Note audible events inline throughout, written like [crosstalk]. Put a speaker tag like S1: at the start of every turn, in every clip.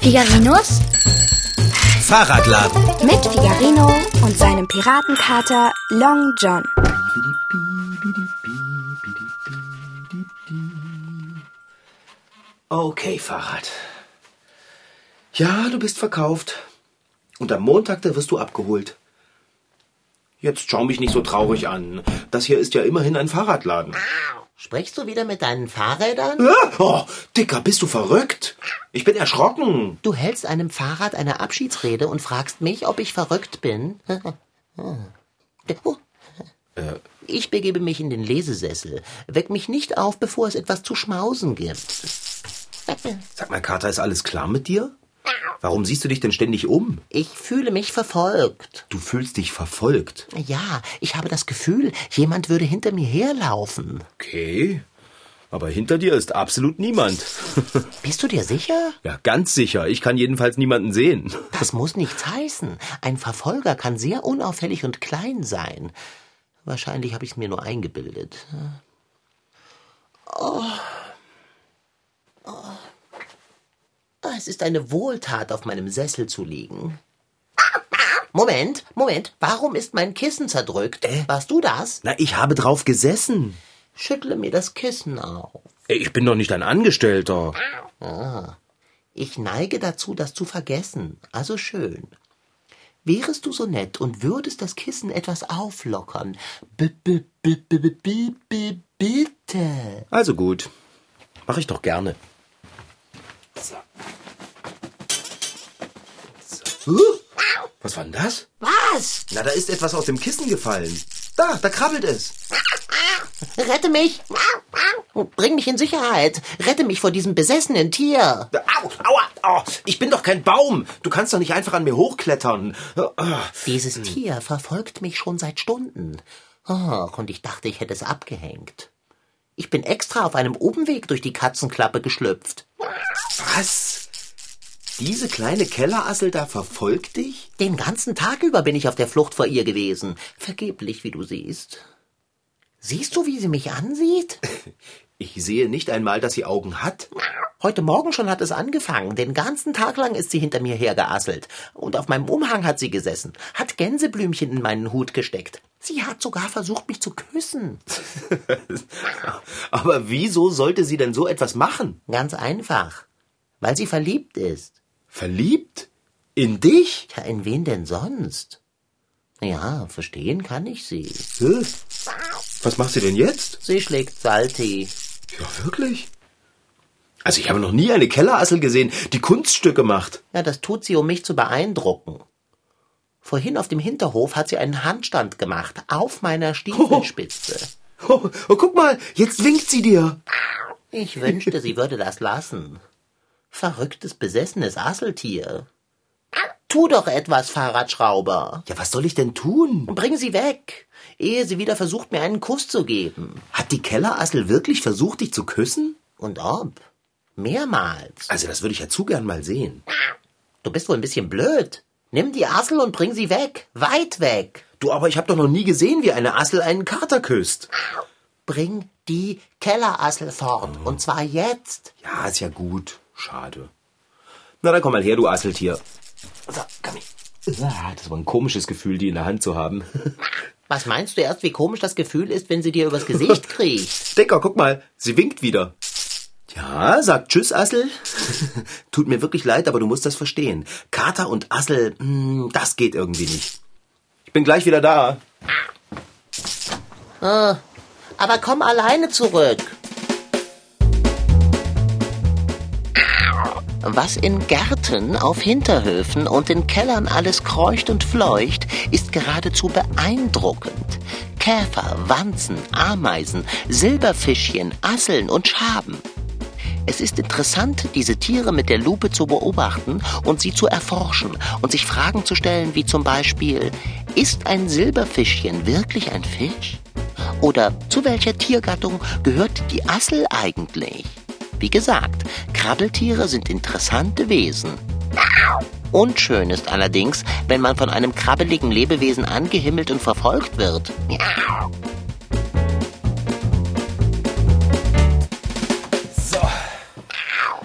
S1: Figarinos
S2: Fahrradladen.
S1: mit Figarino und seinem Piratenkater Long John.
S3: Okay, Fahrrad. Ja, du bist verkauft. Und am Montag, da wirst du abgeholt. Jetzt schau mich nicht so traurig an. Das hier ist ja immerhin ein Fahrradladen.
S4: Sprichst du wieder mit deinen Fahrrädern?
S3: Ah, Oh, Dicker, bist du verrückt? Ich bin erschrocken.
S4: Du hältst einem Fahrrad eine Abschiedsrede und fragst mich, ob ich verrückt bin. [laughs]
S3: Äh.
S4: Ich begebe mich in den Lesesessel. Weck mich nicht auf, bevor es etwas zu schmausen gibt.
S3: Sag mal, Kater, ist alles klar mit dir? Warum siehst du dich denn ständig um?
S4: Ich fühle mich verfolgt.
S3: Du fühlst dich verfolgt.
S4: Ja, ich habe das Gefühl, jemand würde hinter mir herlaufen.
S3: Okay. Aber hinter dir ist absolut niemand.
S4: Bist du dir sicher?
S3: Ja, ganz sicher. Ich kann jedenfalls niemanden sehen.
S4: Das muss nichts heißen. Ein Verfolger kann sehr unauffällig und klein sein. Wahrscheinlich habe ich es mir nur eingebildet. Oh. Oh. Es ist eine Wohltat, auf meinem Sessel zu liegen. Moment, Moment, warum ist mein Kissen zerdrückt? Warst du das?
S3: Na, ich habe drauf gesessen.
S4: Schüttle mir das Kissen auf.
S3: Ey, Ich bin doch nicht ein Angestellter.
S4: Ich neige dazu, das zu vergessen. Also schön. Wärest du so nett und würdest das Kissen etwas auflockern? B -b -b -b -b -b -b bitte.
S3: Also gut. Mache ich doch gerne. So. So. Huh? Was war denn das?
S4: Was?
S3: Na, da ist etwas aus dem Kissen gefallen. Da, da krabbelt es.
S4: Rette mich! Bring mich in Sicherheit! Rette mich vor diesem besessenen Tier!
S3: Da, au, aua, au, ich bin doch kein Baum. Du kannst doch nicht einfach an mir hochklettern. Ah,
S4: Dieses Tier verfolgt mich schon seit Stunden. Ach, und ich dachte, ich hätte es abgehängt. Ich bin extra auf einem Obenweg durch die Katzenklappe geschlüpft.
S3: Was? Diese kleine Kellerassel da verfolgt dich?
S4: Den ganzen Tag über bin ich auf der Flucht vor ihr gewesen. Vergeblich, wie du siehst. Siehst du, wie sie mich ansieht?
S3: Ich sehe nicht einmal, dass sie Augen hat.
S4: Heute Morgen schon hat es angefangen. Den ganzen Tag lang ist sie hinter mir hergeasselt. Und auf meinem Umhang hat sie gesessen, hat Gänseblümchen in meinen Hut gesteckt. Sie hat sogar versucht, mich zu küssen.
S3: Aber wieso sollte sie denn so etwas machen?
S4: Ganz einfach. Weil sie verliebt ist.
S3: Verliebt? In dich?
S4: Ja, in wen denn sonst? Ja, verstehen kann ich sie.
S3: Hä? Was machst du denn jetzt?
S4: Sie schlägt Salti.
S3: Ja, wirklich? Also ich habe noch nie eine Kellerassel gesehen, die Kunststücke macht.
S4: Ja, das tut sie, um mich zu beeindrucken. Vorhin auf dem Hinterhof hat sie einen Handstand gemacht, auf meiner Stiefelspitze.
S3: Oh, oh, guck mal, jetzt winkt sie dir.
S4: Ich wünschte, sie würde das lassen. Verrücktes, besessenes Asseltier. Ah, Tu doch etwas, Fahrradschrauber.
S3: Ja, was soll ich denn tun?
S4: Bring sie weg, ehe sie wieder versucht, mir einen Kuss zu geben.
S3: Hat die Kellerassel wirklich versucht, dich zu küssen?
S4: Und ob? Mehrmals.
S3: Also das würde ich ja zu gern mal sehen.
S4: Du bist wohl ein bisschen blöd. Nimm die Assel und bring sie weg. Weit weg.
S3: Du, aber ich habe doch noch nie gesehen, wie eine Assel einen Kater küsst.
S4: Bring die Kellerassel fort. Und zwar jetzt.
S3: Ja, ist ja gut. Schade. Na, dann komm mal her, du Asseltier. So, komm her. Ah, Das war ein komisches Gefühl, die in der Hand zu haben.
S4: Was meinst du erst, wie komisch das Gefühl ist, wenn sie dir übers Gesicht kriecht?
S3: Decker, guck mal, sie winkt wieder. Ja, sagt Tschüss,
S4: [laughs]
S3: Assel. Tut mir wirklich leid, aber du musst das verstehen. Kater und Assel, mm, das geht irgendwie nicht. Ich bin gleich wieder da.
S4: Aber komm alleine zurück. Was in Gärten, auf Hinterhöfen und in Kellern alles kreucht und fleucht, ist geradezu beeindruckend. Käfer, Wanzen, Ameisen, Silberfischchen, Asseln und Schaben. Es ist interessant, diese Tiere mit der Lupe zu beobachten und sie zu erforschen und sich Fragen zu stellen, wie zum Beispiel, ist ein Silberfischchen wirklich ein Fisch? Oder zu welcher Tiergattung gehört die Assel eigentlich? Wie gesagt, Krabbeltiere sind interessante Wesen. Unschön ist allerdings, wenn man von einem krabbeligen Lebewesen angehimmelt und verfolgt wird.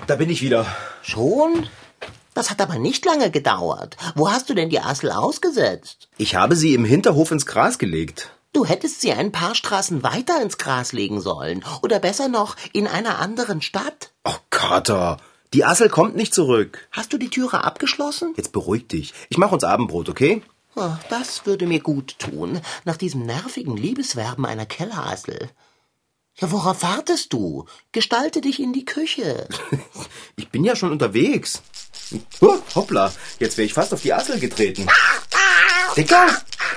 S3: Da bin ich wieder.
S4: Schon? Das hat aber nicht lange gedauert. Wo hast du denn die Assel ausgesetzt?
S3: Ich habe sie im Hinterhof ins Gras gelegt.
S4: Du hättest sie ein paar Straßen weiter ins Gras legen sollen. Oder besser noch, in einer anderen Stadt.
S3: Oh, Kater, die Assel kommt nicht zurück.
S4: Hast du die Türe abgeschlossen?
S3: Jetzt beruhig dich. Ich mache uns Abendbrot, okay?
S4: Ach, Oh, das würde mir gut tun, nach diesem nervigen Liebeswerben einer Kellerassel. Ja, worauf wartest du? Gestalte dich in die Küche.
S3: Ich bin ja schon unterwegs. Huh, hoppla, jetzt wäre ich fast auf die Assel getreten. Dicker?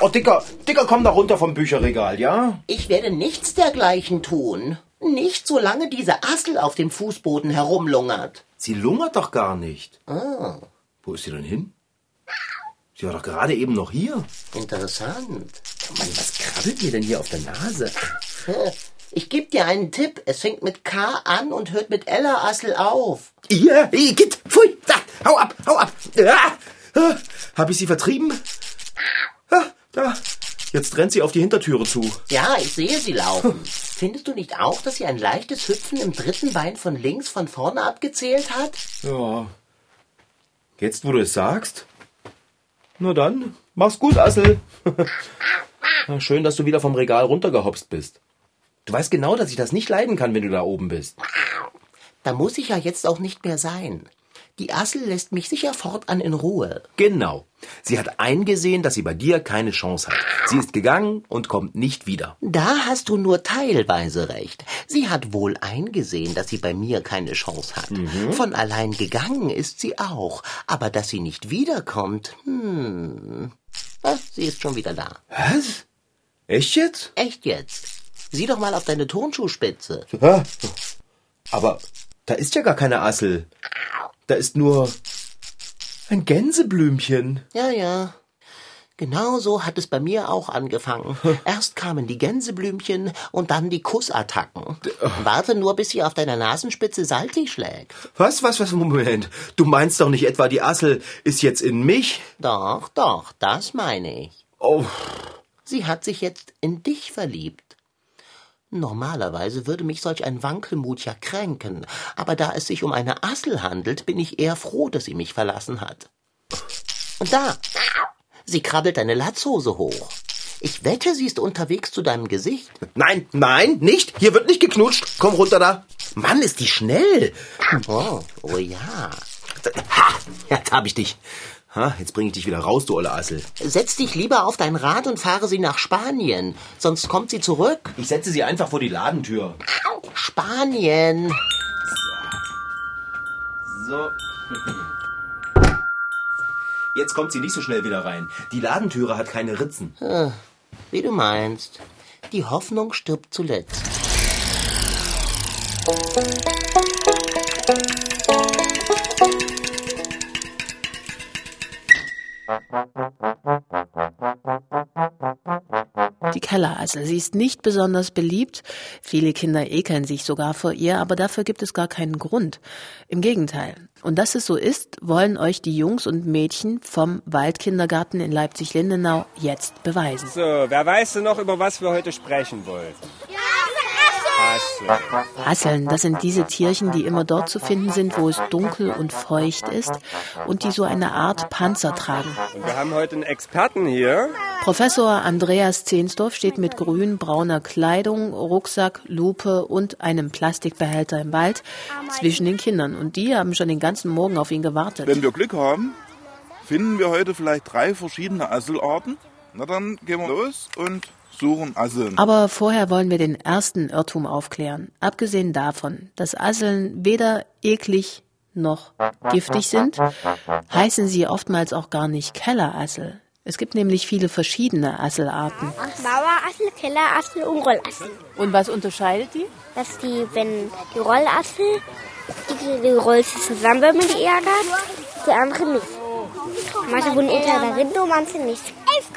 S3: Oh, Dicker, Dicker, komm da runter vom Bücherregal, ja?
S4: Ich werde nichts dergleichen tun. Nicht solange diese Assel auf dem Fußboden herumlungert.
S3: Sie lungert doch gar nicht.
S4: Ah,
S3: Wo ist sie denn hin? Sie war doch gerade eben noch hier.
S4: interessant.
S3: Mann, was krabbelt ihr denn hier auf der Nase?
S4: Ich gebe dir einen Tipp. Es fängt mit K an und hört mit Ella Assel auf.
S3: Ihr, Igitt, pfui, da, hau ab, hau ab. Ah, ah, hab ich sie vertrieben? Ah, da. Jetzt rennt sie auf die Hintertüre zu.
S4: Ja, ich sehe sie laufen. Findest du nicht auch, dass sie ein leichtes Hüpfen im dritten Bein von links von vorne abgezählt hat?
S3: Ja. Jetzt, wo du es sagst? Na dann, mach's gut, Assel. Na, Schön, dass du wieder vom Regal runtergehopst bist. Du weißt genau, dass ich das nicht leiden kann, wenn du da oben bist.
S4: Da muss ich ja jetzt auch nicht mehr sein. Die Assel lässt mich sicher fortan in Ruhe.
S3: Genau. Sie hat eingesehen, dass sie bei dir keine Chance hat. Sie ist gegangen und kommt nicht wieder.
S4: Da hast du nur teilweise recht. Sie hat wohl eingesehen, dass sie bei mir keine Chance hat. Von allein gegangen ist sie auch. Aber dass sie nicht wiederkommt, hm. Ah, sie ist schon wieder da.
S3: Was? Echt jetzt?
S4: Echt jetzt. Sieh doch mal auf deine Turnschuhspitze.
S3: Ah, Aber da ist ja gar keine Assel. Da ist nur ein Gänseblümchen.
S4: Ja, ja. Genau so hat es bei mir auch angefangen. Erst kamen die Gänseblümchen und dann die Kussattacken. Warte nur, bis sie auf deiner Nasenspitze saltig schlägt.
S3: Was, was, was, Moment. Du meinst doch nicht etwa, die Assel ist jetzt in mich?
S4: Doch, doch, das meine ich.
S3: Oh,
S4: Sie hat sich jetzt in dich verliebt. Normalerweise würde mich solch ein Wankelmut ja kränken, aber da es sich um eine Assel handelt, bin ich eher froh, dass sie mich verlassen hat. Und da, sie krabbelt deine Latzhose hoch. Ich wette, sie ist unterwegs zu deinem Gesicht.
S3: nein, nein, nicht. Hier wird nicht geknutscht. Komm runter da. Mann, ist die schnell.
S4: Oh, oh ja.
S3: Ha, jetzt hab ich dich. Ha, jetzt bringe ich dich wieder raus, du olle Assel.
S4: Setz dich lieber auf dein Rad und fahre sie nach Spanien, sonst kommt sie zurück.
S3: Ich setze sie einfach vor die Ladentür.
S4: Spanien.
S3: So. Jetzt kommt sie nicht so schnell wieder rein. Die Ladentüre hat keine Ritzen.
S4: Wie du meinst. Die Hoffnung stirbt zuletzt.
S5: Die Kellerassel. Sie ist nicht besonders beliebt. Viele Kinder ekeln sich sogar vor ihr, aber dafür gibt es gar keinen Grund. Im Gegenteil. Und dass es so ist, wollen euch die Jungs und Mädchen vom Waldkindergarten in Leipzig-Lindenau jetzt beweisen.
S6: So, wer weiß denn noch, über was wir heute sprechen wollen? Achso.
S5: Asseln, das sind diese Tierchen, die immer dort zu finden sind, wo es dunkel und feucht ist und die so eine Art Panzer tragen.
S6: Und wir haben heute einen Experten hier.
S5: Professor Andreas Zehnsdorf steht mit grün-brauner Kleidung, Rucksack, Lupe und einem Plastikbehälter im Wald zwischen den Kindern. Und die haben schon den ganzen Morgen auf ihn gewartet.
S7: Wenn wir Glück haben, finden wir heute vielleicht drei verschiedene Asselarten. Na dann gehen wir los und suchen Asseln.
S5: Aber vorher wollen wir den ersten Irrtum aufklären. Abgesehen davon, dass Asseln weder eklig noch giftig sind, heißen sie oftmals auch gar nicht Kellerassel. Es gibt nämlich viele verschiedene Asselarten.
S8: Mauerassel, Kellerassel und Rollassel.
S5: Und was unterscheidet die?
S8: Dass die, wenn die Rollassel, die, die rollt sie zusammen, wenn man die ärgert, die andere nicht. Manche wohnen unter der Rinde und manche nicht.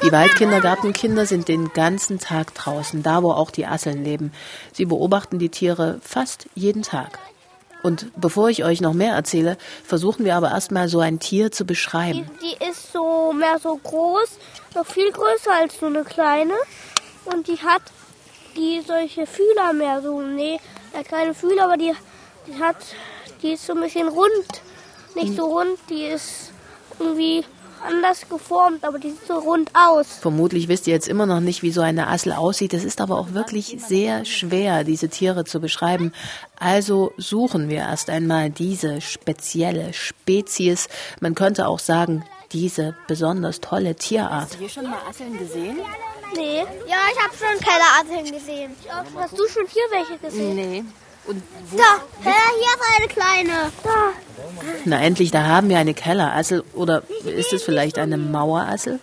S5: Die Waldkindergartenkinder sind den ganzen Tag draußen, da wo auch die Asseln leben. Sie beobachten die Tiere fast jeden Tag. Und bevor ich euch noch mehr erzähle, versuchen wir aber erstmal so ein Tier zu beschreiben.
S8: Die ist so mehr so groß, noch viel größer als so eine kleine. Und die hat die solche Fühler mehr so. Nee, die hat keine Fühler, aber die, die hat, die ist so ein bisschen rund. nicht so rund, die ist irgendwie anders geformt, aber die sieht so rund aus.
S5: Vermutlich wisst ihr jetzt immer noch nicht, wie so eine Assel aussieht. Es ist aber auch wirklich sehr schwer, diese Tiere zu beschreiben. Also suchen wir erst einmal diese spezielle Spezies. Man könnte auch sagen, diese besonders tolle Tierart.
S9: Hier schon mal Asseln gesehen?
S8: Nee. Ja, ich habe schon keine Asseln gesehen. Hast du schon hier welche gesehen?
S9: Nee. Und wo?
S8: Da, ja, hier ist eine kleine. Da.
S5: Na endlich, da haben wir eine Kellerassel oder ist es vielleicht eine Mauerassel?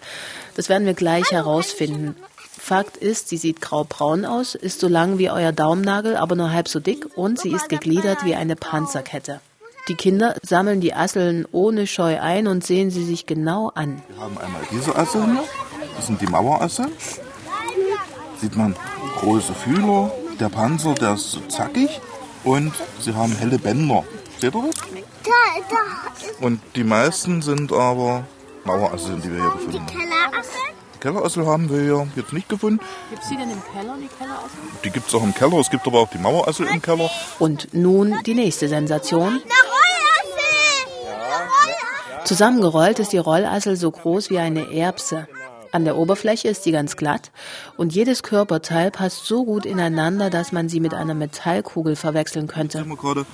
S5: Das werden wir gleich herausfinden. Fakt ist, sie sieht graubraun aus, ist so lang wie euer Daumennagel, aber nur halb so dick und sie ist gegliedert wie eine Panzerkette. Die Kinder sammeln die Asseln ohne Scheu ein und sehen sie sich genau an.
S7: Wir haben einmal diese Assel hier. Das sind die Mauerasseln. Sieht man große Fühler. Der Panzer, der ist so zackig. Und sie haben helle Bänder. Seht ihr das?
S8: Da, da ist
S7: Und die meisten sind aber Mauerasseln, die wir hier gefunden haben.
S8: Kellerasseln.
S7: Die Kellerassel haben wir hier jetzt nicht gefunden.
S9: Gibt es die denn im Keller, die Kellerasseln?
S7: Die gibt es auch im Keller. Es gibt aber auch die Mauerassel im Keller.
S5: Und nun die nächste Sensation.
S8: Eine Rollassel. Eine Rollassel.
S5: Zusammengerollt ist die Rollassel so groß wie eine Erbse. An der Oberfläche ist sie ganz glatt und jedes Körperteil passt so gut ineinander, dass man sie mit einer Metallkugel verwechseln
S7: Da
S5: könnte.
S7: haben wir gerade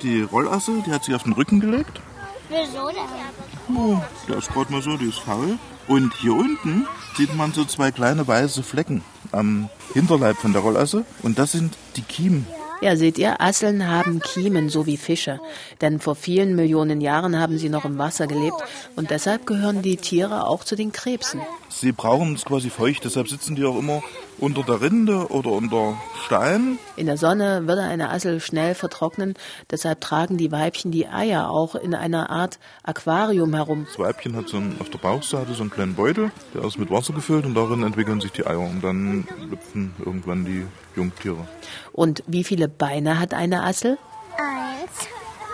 S7: die Rollassel, die hat sich auf den Rücken gelegt.
S8: Wieso denn?
S7: Oh, der ist gerade mal so, die ist faul. Und hier unten sieht man so zwei kleine weiße Flecken am Hinterleib von der Rollasse. Und das sind die Kiemen.
S5: Ja, seht ihr, Asseln haben Kiemen, so wie Fische. Denn vor vielen Millionen Jahren haben sie noch im Wasser gelebt und deshalb gehören die Tiere auch zu den Krebsen.
S7: Sie brauchen es quasi feucht, deshalb sitzen die auch immer unter der Rinde oder unter Stein.
S5: In der Sonne würde eine Assel schnell vertrocknen, deshalb tragen die Weibchen die Eier auch in einer Art Aquarium herum.
S7: Das Weibchen hat so einen, auf der Bauchseite so einen kleinen Beutel, der ist mit Wasser gefüllt und darin entwickeln sich die Eier und dann lüpfen irgendwann die Jungtiere.
S5: Und wie viele Beine hat eine Assel?
S8: Eins,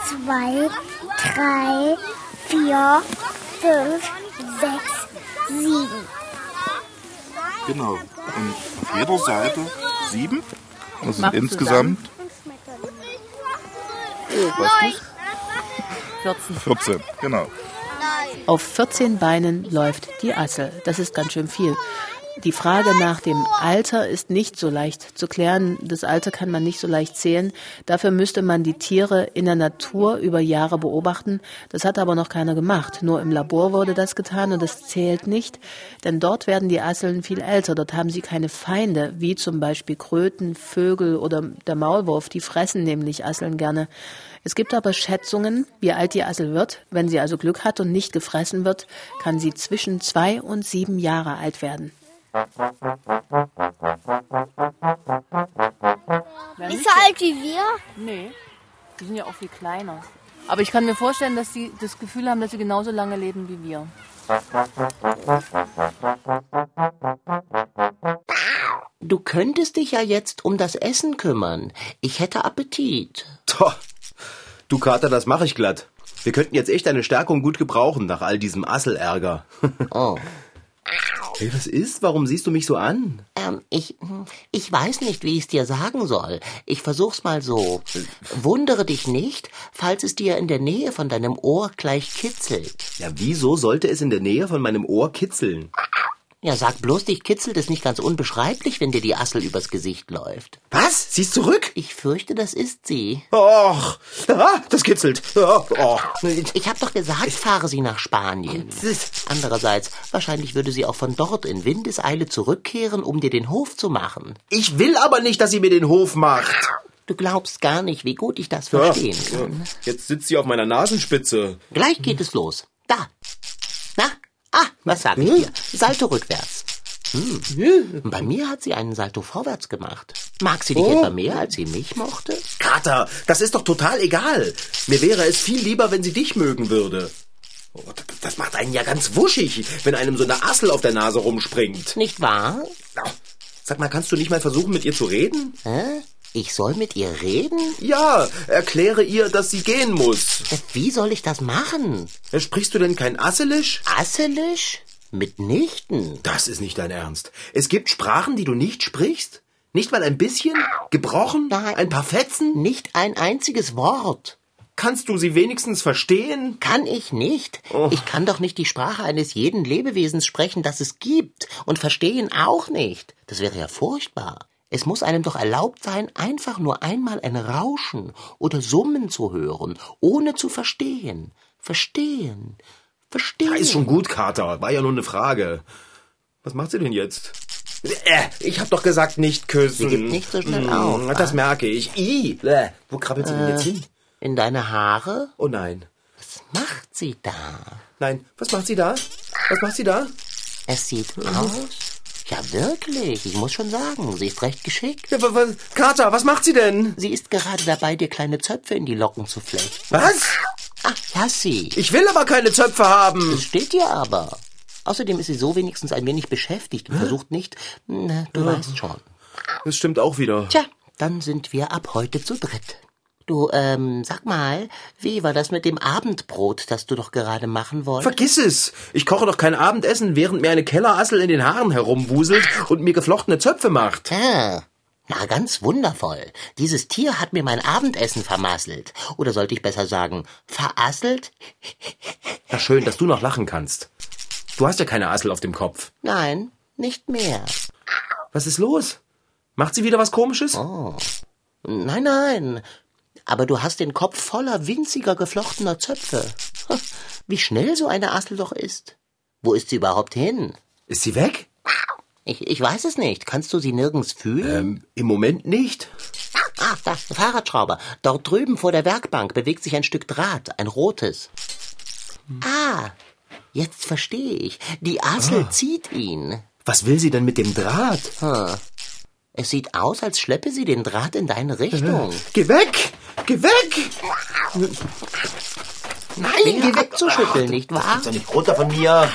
S8: zwei, drei, vier, fünf, sechs, sieben.
S7: Genau. Und auf jeder Seite sieben. Das sind
S9: Macht
S7: insgesamt
S8: Neun.
S9: 14.
S7: 14. Genau.
S5: Auf 14 Beinen läuft die Assel. Das ist ganz schön viel. Die Frage nach dem Alter ist nicht so leicht zu klären. Das Alter kann man nicht so leicht zählen. Dafür müsste man die Tiere in der Natur über Jahre beobachten. Das hat aber noch keiner gemacht. Nur im Labor wurde das getan und das zählt nicht. Denn dort werden die Asseln viel älter. Dort haben sie keine Feinde, wie zum Beispiel Kröten, Vögel oder der Maulwurf. Die fressen nämlich Asseln gerne. Es gibt aber Schätzungen, wie alt die Assel wird. Wenn sie also Glück hat und nicht gefressen wird, kann sie zwischen zwei und sieben Jahre alt werden.
S8: Nicht so alt wie wir.
S9: Nee. Die sind ja auch viel kleiner. Aber ich kann mir vorstellen, dass sie das Gefühl haben, dass sie genauso lange leben wie wir.
S4: Du könntest dich ja jetzt um das Essen kümmern. Ich hätte Appetit.
S3: Toh, du Kater, das mache ich glatt. Wir könnten jetzt echt eine Stärkung gut gebrauchen nach all diesem Asselärger.
S4: Oh.
S3: hey, was ist? Warum siehst du mich so an?
S4: Ähm, ich, ich weiß nicht, wie ich es dir sagen soll. Ich versuch's mal so. Wundere dich nicht, falls es dir in der Nähe von deinem Ohr gleich kitzelt.
S3: Ja, wieso sollte es in der Nähe von meinem Ohr kitzeln?
S4: Ja, sag bloß, dich kitzelt es nicht ganz unbeschreiblich, wenn dir die Assel übers Gesicht läuft.
S3: Was? Siehst zurück?
S4: Ich fürchte, das ist sie.
S3: Och, ah, das kitzelt. Ah, oh.
S4: Ich hab doch gesagt, fahre sie nach Spanien. Andererseits, wahrscheinlich würde sie auch von dort in Windeseile zurückkehren, um dir den Hof zu machen.
S3: Ich will aber nicht, dass sie mir den Hof macht.
S4: Du glaubst gar nicht, wie gut ich das
S3: Ah,
S4: verstehen kann.
S3: Jetzt sitzt sie auf meiner Nasenspitze.
S4: Gleich geht es los. Da. Na? Ah, was sag
S3: Hm?
S4: ich dir? Salto rückwärts. Hm. Bei mir hat sie einen Salto vorwärts gemacht. Mag sie dich
S3: Oh.
S4: etwa mehr, als sie mich mochte?
S3: Kater, das ist doch total egal. Mir wäre es viel lieber, wenn sie dich mögen würde. Oh, d- Das macht einen ja ganz wuschig, wenn einem so eine Assel auf der Nase rumspringt.
S4: Nicht wahr?
S3: Au. Sag mal, kannst du nicht mal versuchen, mit ihr zu reden?
S4: Hä? Ich soll mit ihr reden?
S3: Ja, erkläre ihr, dass sie gehen muss.
S4: Wie soll ich das machen?
S3: Sprichst du denn kein Asselisch?
S4: Asselisch? Mitnichten.
S3: Das ist nicht dein Ernst. Es gibt Sprachen, die du nicht sprichst? Nicht mal ein bisschen? Gebrochen?
S4: Nein.
S3: Ein paar Fetzen?
S4: Nicht ein einziges Wort.
S3: Kannst du sie wenigstens verstehen?
S4: Kann ich nicht.
S3: Oh.
S4: Ich kann doch nicht die Sprache eines jeden Lebewesens sprechen, das es gibt, und verstehe ihn auch nicht. Das wäre ja furchtbar. Es muss einem doch erlaubt sein, einfach nur einmal ein Rauschen oder Summen zu hören, ohne zu verstehen. Verstehen. Verstehen.
S3: Ja, ist schon gut, Kater. War ja nur eine Frage. Was macht sie denn jetzt? Äh, ich hab doch gesagt, nicht küssen.
S4: Sie gibt nicht so schnell
S3: Mm,
S4: auf.
S3: Das merke ich. I, äh, wo krabbelt sie denn jetzt hin?
S4: In deine Haare?
S3: Oh nein.
S4: Was macht sie da?
S3: Nein, was macht sie da? Was macht sie da?
S4: Es sieht
S3: Mhm.
S4: aus. Ja, wirklich. Ich muss schon sagen, sie ist recht geschickt.
S3: Ja, wa- wa- Kater, was macht sie denn?
S4: Sie ist gerade dabei, dir kleine Zöpfe in die Locken zu flechten.
S3: Was?
S4: Ach, lass sie.
S3: Ich will aber keine Zöpfe haben.
S4: Das steht dir aber. Außerdem ist sie so wenigstens ein wenig beschäftigt und versucht nicht. Na, du weißt schon.
S3: Das stimmt auch wieder.
S4: Tja, dann sind wir ab heute zu dritt. Du, ähm, sag mal, wie war das mit dem Abendbrot, das du doch gerade machen wolltest?
S3: Vergiss es. Ich koche doch kein Abendessen, während mir eine Kellerassel in den Haaren herumwuselt und mir geflochtene Zöpfe macht.
S4: Ah, na, ganz wundervoll. Dieses Tier hat mir mein Abendessen vermasselt. Oder sollte ich besser sagen, verasselt?
S3: Na schön, dass du noch lachen kannst. Du hast ja keine Assel auf dem Kopf.
S4: Nein, nicht mehr.
S3: Was ist los? Macht sie wieder was Komisches?
S4: Nein, nein. Aber du hast den Kopf voller winziger geflochtener Zöpfe. Ha, Wie schnell so eine Assel doch ist. Wo ist sie überhaupt hin?
S3: Ist sie weg?
S4: Ich, ich weiß es nicht. Kannst du sie nirgends fühlen?
S3: Im Moment nicht.
S4: Ah, da, Fahrradschrauber. Dort drüben vor der Werkbank bewegt sich ein Stück Draht, ein rotes. Ah, jetzt verstehe ich. Die Assel zieht ihn.
S3: Was will sie denn mit dem Draht?
S4: Es sieht aus, als schleppe sie den Draht in [laughs] deine Richtung.
S3: Geh weg! Geh weg!
S4: Nein, geh wegzuschütteln, nicht wahr?
S3: Doch nicht runter von mir.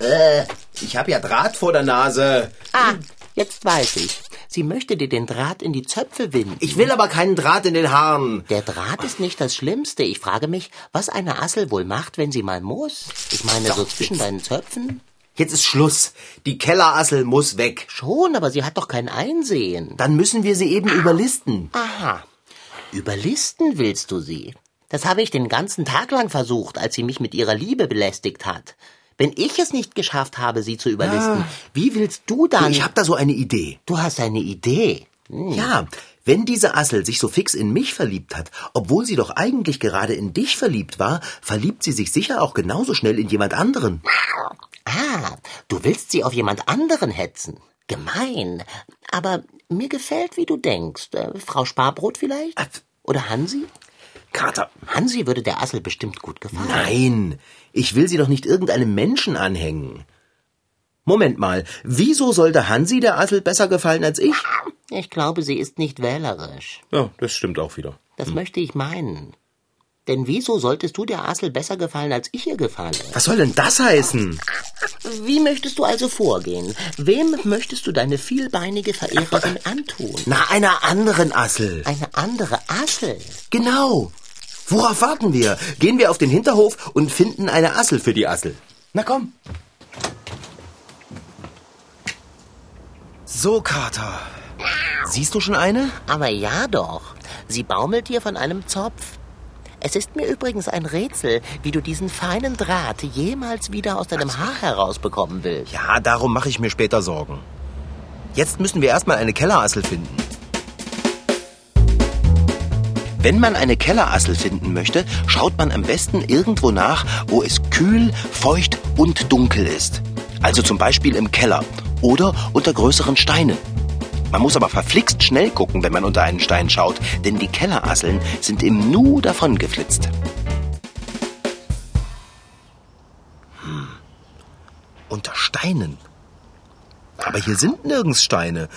S3: Äh, ich hab ja Draht vor der Nase.
S4: Ah, jetzt weiß ich. Sie möchte dir den Draht in die Zöpfe winden.
S3: Ich will aber keinen Draht in den Haaren.
S4: Der Draht ist nicht das Schlimmste. Ich frage mich, was eine Assel wohl macht, wenn sie mal muss. Ich meine, so zwischen deinen Zöpfen?
S3: Jetzt ist Schluss. Die Kellerassel muss weg.
S4: Schon, aber sie hat doch kein Einsehen.
S3: Dann müssen wir sie eben überlisten.
S4: Aha. Überlisten willst du sie? Das habe ich den ganzen Tag lang versucht, als sie mich mit ihrer Liebe belästigt hat. Wenn ich es nicht geschafft habe, sie zu überlisten, wie willst du dann?
S3: Ah. Ich hab da so eine Idee.
S4: du hast eine Idee. Hm.
S3: Ja, wenn diese Assel sich so fix in mich verliebt hat, obwohl sie doch eigentlich gerade in dich verliebt war, verliebt sie sich sicher auch genauso schnell in jemand anderen.
S4: Ah, du willst sie auf jemand anderen hetzen. Gemein. Aber mir gefällt, wie du denkst. Äh, Frau Sparbrot vielleicht? Oder Hansi?
S3: Äh, Kater,
S4: Hansi würde der Assel bestimmt gut gefallen.
S3: nein, ich will sie doch nicht irgendeinem Menschen anhängen. Moment mal, wieso sollte Hansi der Assel besser gefallen als ich?
S4: Ich glaube, sie ist nicht wählerisch.
S3: Ja, das stimmt auch wieder.
S4: Das möchte ich meinen. Denn wieso solltest du der Assel besser gefallen, als ich ihr gefalle?
S3: Was soll denn das heißen?
S4: Wie möchtest du also vorgehen? Wem möchtest du deine vielbeinige Verehrerin antun?
S3: Na, einer anderen Assel.
S4: Eine andere Assel?
S3: Genau. Worauf warten wir? Gehen wir auf den Hinterhof und finden eine Assel für die Assel. Na komm. So, Kater. Siehst du schon eine?
S4: Aber ja doch, sie baumelt dir von einem Zopf. Es ist mir übrigens ein Rätsel, wie du diesen feinen Draht jemals wieder aus deinem Haar herausbekommen willst.
S3: Ja, darum mache ich mir später Sorgen. Jetzt müssen wir erstmal eine Kellerassel finden. Wenn man eine Kellerassel finden möchte, schaut man am besten irgendwo nach, wo es kühl, feucht und dunkel ist. Also zum Beispiel im Keller oder unter größeren Steinen. Man muss aber verflixt schnell gucken, wenn man unter einen Stein schaut, denn die Kellerasseln sind im Nu davon geflitzt. unter Steinen. Aber hier sind nirgends Steine.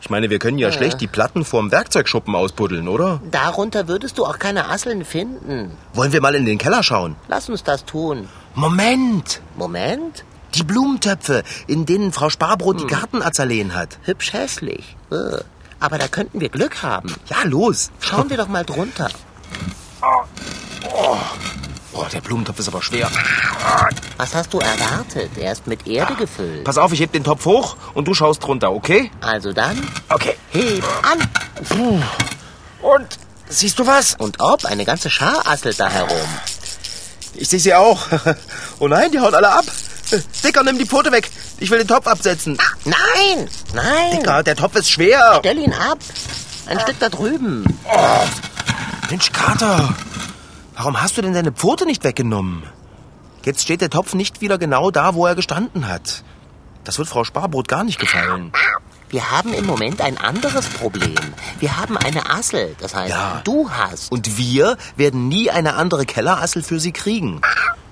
S3: Ich meine, wir können ja schlecht die Platten vorm Werkzeugschuppen auspuddeln, oder?
S4: Darunter würdest du auch keine Asseln finden.
S3: Wollen wir mal in den Keller schauen?
S4: Lass uns das tun.
S3: Moment!
S4: Moment.
S3: Die Blumentöpfe, in denen Frau Sparbrot die Gartenazaleen hat.
S4: Hübsch hässlich. Äh. Aber da könnten wir Glück haben.
S3: Ja, los!
S4: Schauen wir doch mal drunter.
S3: Boah, der Blumentopf ist aber schwer.
S4: Was hast du erwartet? Er ist mit Erde gefüllt.
S3: Pass auf, ich heb den Topf hoch und du schaust drunter, okay?
S4: Also dann,
S3: Okay.
S4: heb an.
S3: Und Siehst du was?
S4: Und ob, eine ganze Schar asselt da herum.
S3: Ich sehe sie auch. [laughs] Oh nein, die hauen alle ab. Dicker, nimm die Pfote weg. Ich will den Topf absetzen.
S4: Ah. Nein, nein.
S3: Dicker, der Topf ist schwer.
S4: Stell ihn ab. Ein Stück da drüben.
S3: Mensch, Kater. Warum hast du denn deine Pfote nicht weggenommen? Jetzt steht der Topf nicht wieder genau da, wo er gestanden hat. Das wird Frau Sparbrot gar nicht gefallen.
S4: Wir haben im Moment ein anderes Problem. Wir haben eine Assel. Das heißt,
S3: Ja.
S4: du hast.
S3: Und wir werden nie eine andere Kellerassel für sie kriegen.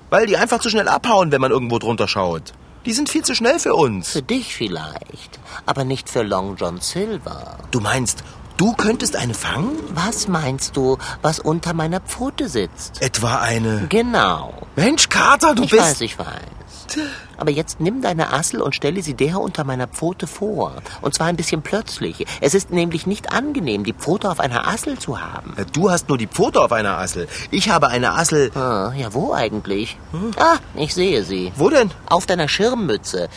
S3: Weil die einfach zu schnell abhauen, wenn man irgendwo drunter schaut. Die sind viel zu schnell für uns.
S4: Für dich vielleicht, aber nicht für Long John Silver.
S3: Du meinst, du könntest eine fangen?
S4: Was meinst du, was unter meiner Pfote sitzt?
S3: Etwa eine.
S4: Genau.
S3: Mensch, Kater, du
S4: ich
S3: bist.
S4: weiß, ich weiß. Aber jetzt nimm deine Assel und stelle sie der unter meiner Pfote vor. Und zwar ein bisschen plötzlich. Es ist nämlich nicht angenehm, die Pfote auf einer Assel zu haben.
S3: Na, Du hast nur die Pfote auf einer Assel. Ich habe eine Assel.
S4: Ah, ja, wo eigentlich?
S3: Hm.
S4: Ah, ich sehe sie.
S3: Wo denn?
S4: Auf deiner Schirmmütze.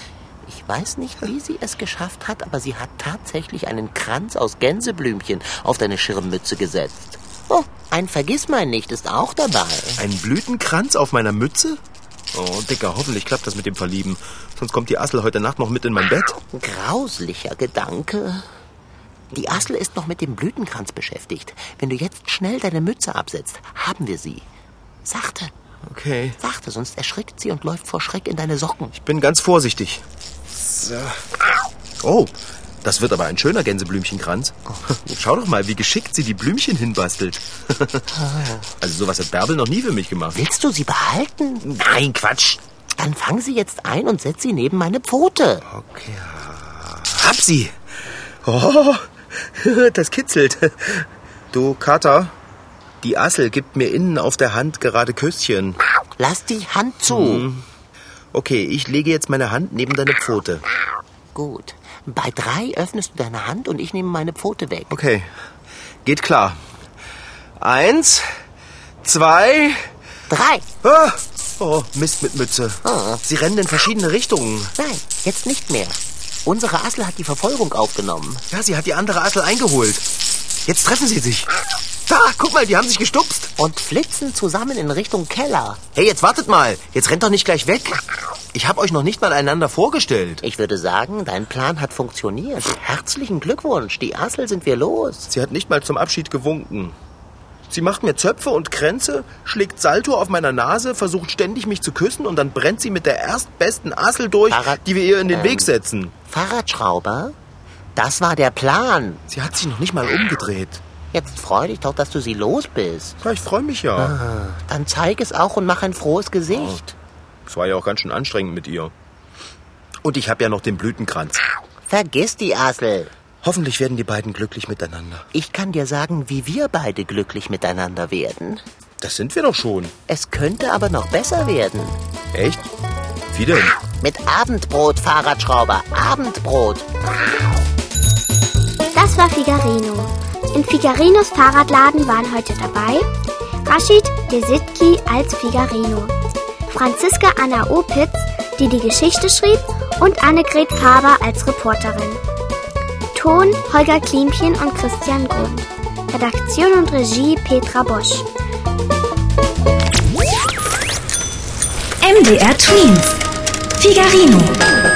S4: Ich weiß nicht, wie sie es geschafft hat, aber sie hat tatsächlich einen Kranz aus Gänseblümchen auf deine Schirmmütze gesetzt. Oh, ein Vergissmeinnicht ist auch dabei.
S3: Ein Blütenkranz auf meiner Mütze? Oh, Dicker, hoffentlich klappt das mit dem Verlieben. Sonst kommt die Assel heute Nacht noch mit in mein Bett.
S4: Grauslicher Gedanke. Die Assel ist noch mit dem Blütenkranz beschäftigt. Wenn du jetzt schnell deine Mütze absetzt, haben wir sie. Sachte,
S3: Okay.
S4: sachte, sonst erschrickt sie und läuft vor Schreck in deine Socken.
S3: Bin ganz vorsichtig. So. Oh, das wird aber ein schöner Gänseblümchenkranz. Schau doch mal, wie geschickt sie die Blümchen hinbastelt. Also sowas hat Bärbel noch nie für mich gemacht.
S4: Willst du sie behalten?
S3: Nein, Quatsch.
S4: Dann fang sie jetzt ein und setz sie neben meine Pfote.
S3: Okay. Hab sie. Oh, [laughs] das kitzelt. Du, Kater, die Assel gibt mir innen auf der Hand gerade Küsschen.
S4: Lass die Hand zu.
S3: Okay, ich lege jetzt meine Hand neben deine Pfote.
S4: Gut. Bei drei öffnest du deine Hand und ich nehme meine Pfote weg.
S3: Okay, geht klar. Eins, zwei.
S4: Drei.
S3: Ah! Oh, Mist mit Mütze. Sie rennen in verschiedene Richtungen.
S4: Nein, jetzt nicht mehr. Unsere Assel hat die Verfolgung aufgenommen.
S3: Ja, sie hat die andere Assel eingeholt. Jetzt treffen sie sich. Da, guck mal, die haben sich gestupst.
S4: Und flitzen zusammen in Richtung Keller.
S3: Hey, jetzt wartet mal. Jetzt rennt doch nicht gleich weg. Ich hab euch noch nicht mal einander vorgestellt.
S4: Ich würde sagen, dein Plan hat funktioniert. Herzlichen Glückwunsch, die Assel sind wir los.
S3: Sie hat nicht mal zum Abschied gewunken. Sie macht mir Zöpfe und Kränze, schlägt Salto auf meiner Nase, versucht ständig mich zu küssen und dann brennt sie mit der erstbesten Assel durch,
S4: Fahrrad-
S3: die wir ihr in den
S4: ähm.
S3: Weg setzen.
S4: Fahrradschrauber? Das war der Plan.
S3: Sie hat sich noch nicht mal umgedreht.
S4: Jetzt freu dich doch, dass du sie los bist.
S3: Ja, ich freue mich ja.
S4: Dann zeig es auch und mach ein frohes Gesicht.
S3: Es war ja auch ganz schön anstrengend mit ihr. Und ich habe ja noch den Blütenkranz.
S4: Vergiss die Assel.
S3: Hoffentlich werden die beiden glücklich miteinander.
S4: Ich kann dir sagen, wie wir beide glücklich miteinander werden.
S3: Das sind wir doch schon.
S4: Es könnte aber noch besser werden.
S3: Echt? Wie denn?
S4: Mit Abendbrot, Fahrradschrauber. Abendbrot.
S10: Das war Figarino. In Figarinos Fahrradladen waren heute dabei Rashid Desitki als Figarino, Franziska Anna Opitz, die die Geschichte schrieb, und Annegret Faber als Reporterin. Ton Holger Klimchen und Christian Grund. Redaktion und Regie Petra Bosch.
S11: MDR Twins. Figarino.